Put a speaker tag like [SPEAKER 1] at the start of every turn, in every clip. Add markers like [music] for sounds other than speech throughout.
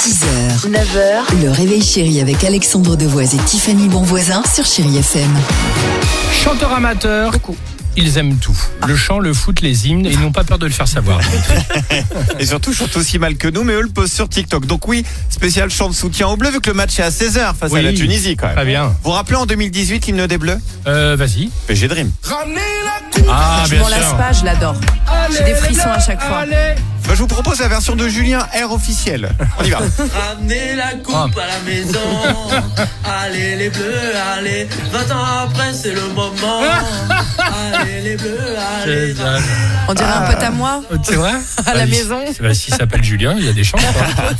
[SPEAKER 1] 6h, 9h, le réveil chéri avec Alexandre Devoise et Tiffany Bonvoisin sur Chéri FM.
[SPEAKER 2] Chanteurs amateurs, ils aiment tout. Le chant, le foot, les hymnes, et ils n'ont pas peur de le faire [laughs] savoir.
[SPEAKER 3] Et surtout, chantent aussi mal que nous, mais eux le posent sur TikTok. Donc oui, spécial chant de soutien aux Bleus, vu que le match est à 16h face à
[SPEAKER 2] Oui.
[SPEAKER 3] la Tunisie quand
[SPEAKER 2] Pas
[SPEAKER 3] même.
[SPEAKER 2] bien.
[SPEAKER 3] Vous vous rappelez en 2018 l'hymne des Bleus
[SPEAKER 2] Euh, vas-y.
[SPEAKER 3] PG Dream.
[SPEAKER 2] Ah,
[SPEAKER 1] je m'en lasse pas, je l'adore. J'ai des frissons à chaque fois.
[SPEAKER 3] Bah, je vous propose la version de Julien R officielle. On y va.
[SPEAKER 4] Ramenez la coupe à la maison. Allez les bleus, allez. 20 ans après, c'est le moment. Allez les bleus, allez.
[SPEAKER 1] On dirait un pote à moi.
[SPEAKER 2] Euh, C'est vrai
[SPEAKER 1] À la maison.
[SPEAKER 2] Bah, S'il s'appelle Julien, il y a des chances. hein.
[SPEAKER 1] [laughs]
[SPEAKER 2] quoi.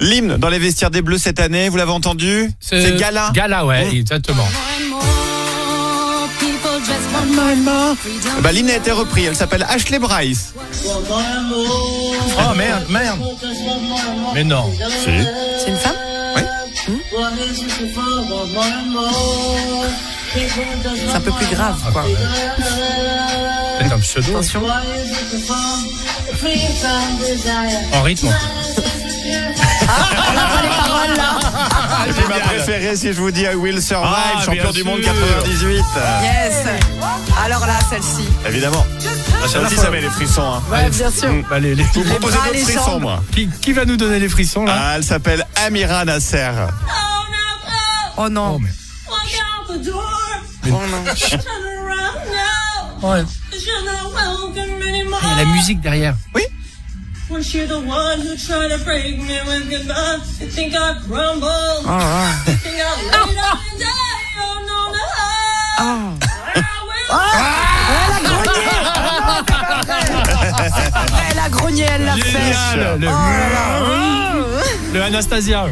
[SPEAKER 3] L'hymne dans les vestiaires des Bleus cette année, vous l'avez entendu C'est Gala.
[SPEAKER 2] Euh, Gala, ouais,
[SPEAKER 1] Mmh.
[SPEAKER 2] exactement.
[SPEAKER 3] Bah, l'hymne a été repris, elle s'appelle Ashley Bryce.
[SPEAKER 2] Oh merde, merde. Mais non.
[SPEAKER 1] C'est une femme Hmm C'est un peu plus grave, quoi.
[SPEAKER 2] C'est un pseudo. En rythme.
[SPEAKER 3] Et puis ma préférée, si je vous dis I Will Survive,
[SPEAKER 2] Ah,
[SPEAKER 3] champion
[SPEAKER 2] bien
[SPEAKER 3] du monde
[SPEAKER 2] sûr.
[SPEAKER 3] 98. Euh,
[SPEAKER 1] Yes Alors là, celle-ci.
[SPEAKER 3] Évidemment. Ah, Ça aussi, ça met les frissons. hein.
[SPEAKER 1] Ouais, bien sûr.
[SPEAKER 2] Bah, les- les-
[SPEAKER 3] Je vous propose
[SPEAKER 1] bras,
[SPEAKER 3] d'autres
[SPEAKER 1] les
[SPEAKER 3] frissons,
[SPEAKER 1] jambes.
[SPEAKER 3] moi.
[SPEAKER 2] Qui, qui va nous donner les frissons là
[SPEAKER 3] Ah, elle s'appelle Amira Nasser.
[SPEAKER 1] Oh non.
[SPEAKER 2] Oh, mais-
[SPEAKER 5] Walk out the door. Turn around now.
[SPEAKER 2] Ouais.
[SPEAKER 5] 'cause you're not welcome anymore.
[SPEAKER 2] Il y a la musique derrière.
[SPEAKER 5] Was she the one who tried to break me with goodbye? You think I crumbled? You think I lay down and die? Oh no no. I will
[SPEAKER 1] Elle a grogné, elle l'a fait.
[SPEAKER 2] Génial Le, le Anastasia.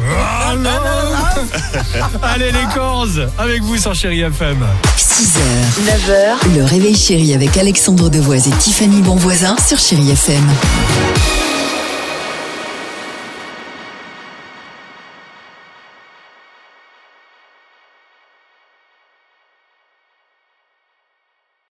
[SPEAKER 2] Oh Allez les corps avec vous sur Chéri FM.
[SPEAKER 1] 6h, 9h, le réveil chéri avec Alexandre Devoise et Tiffany Bonvoisin sur Chéri FM.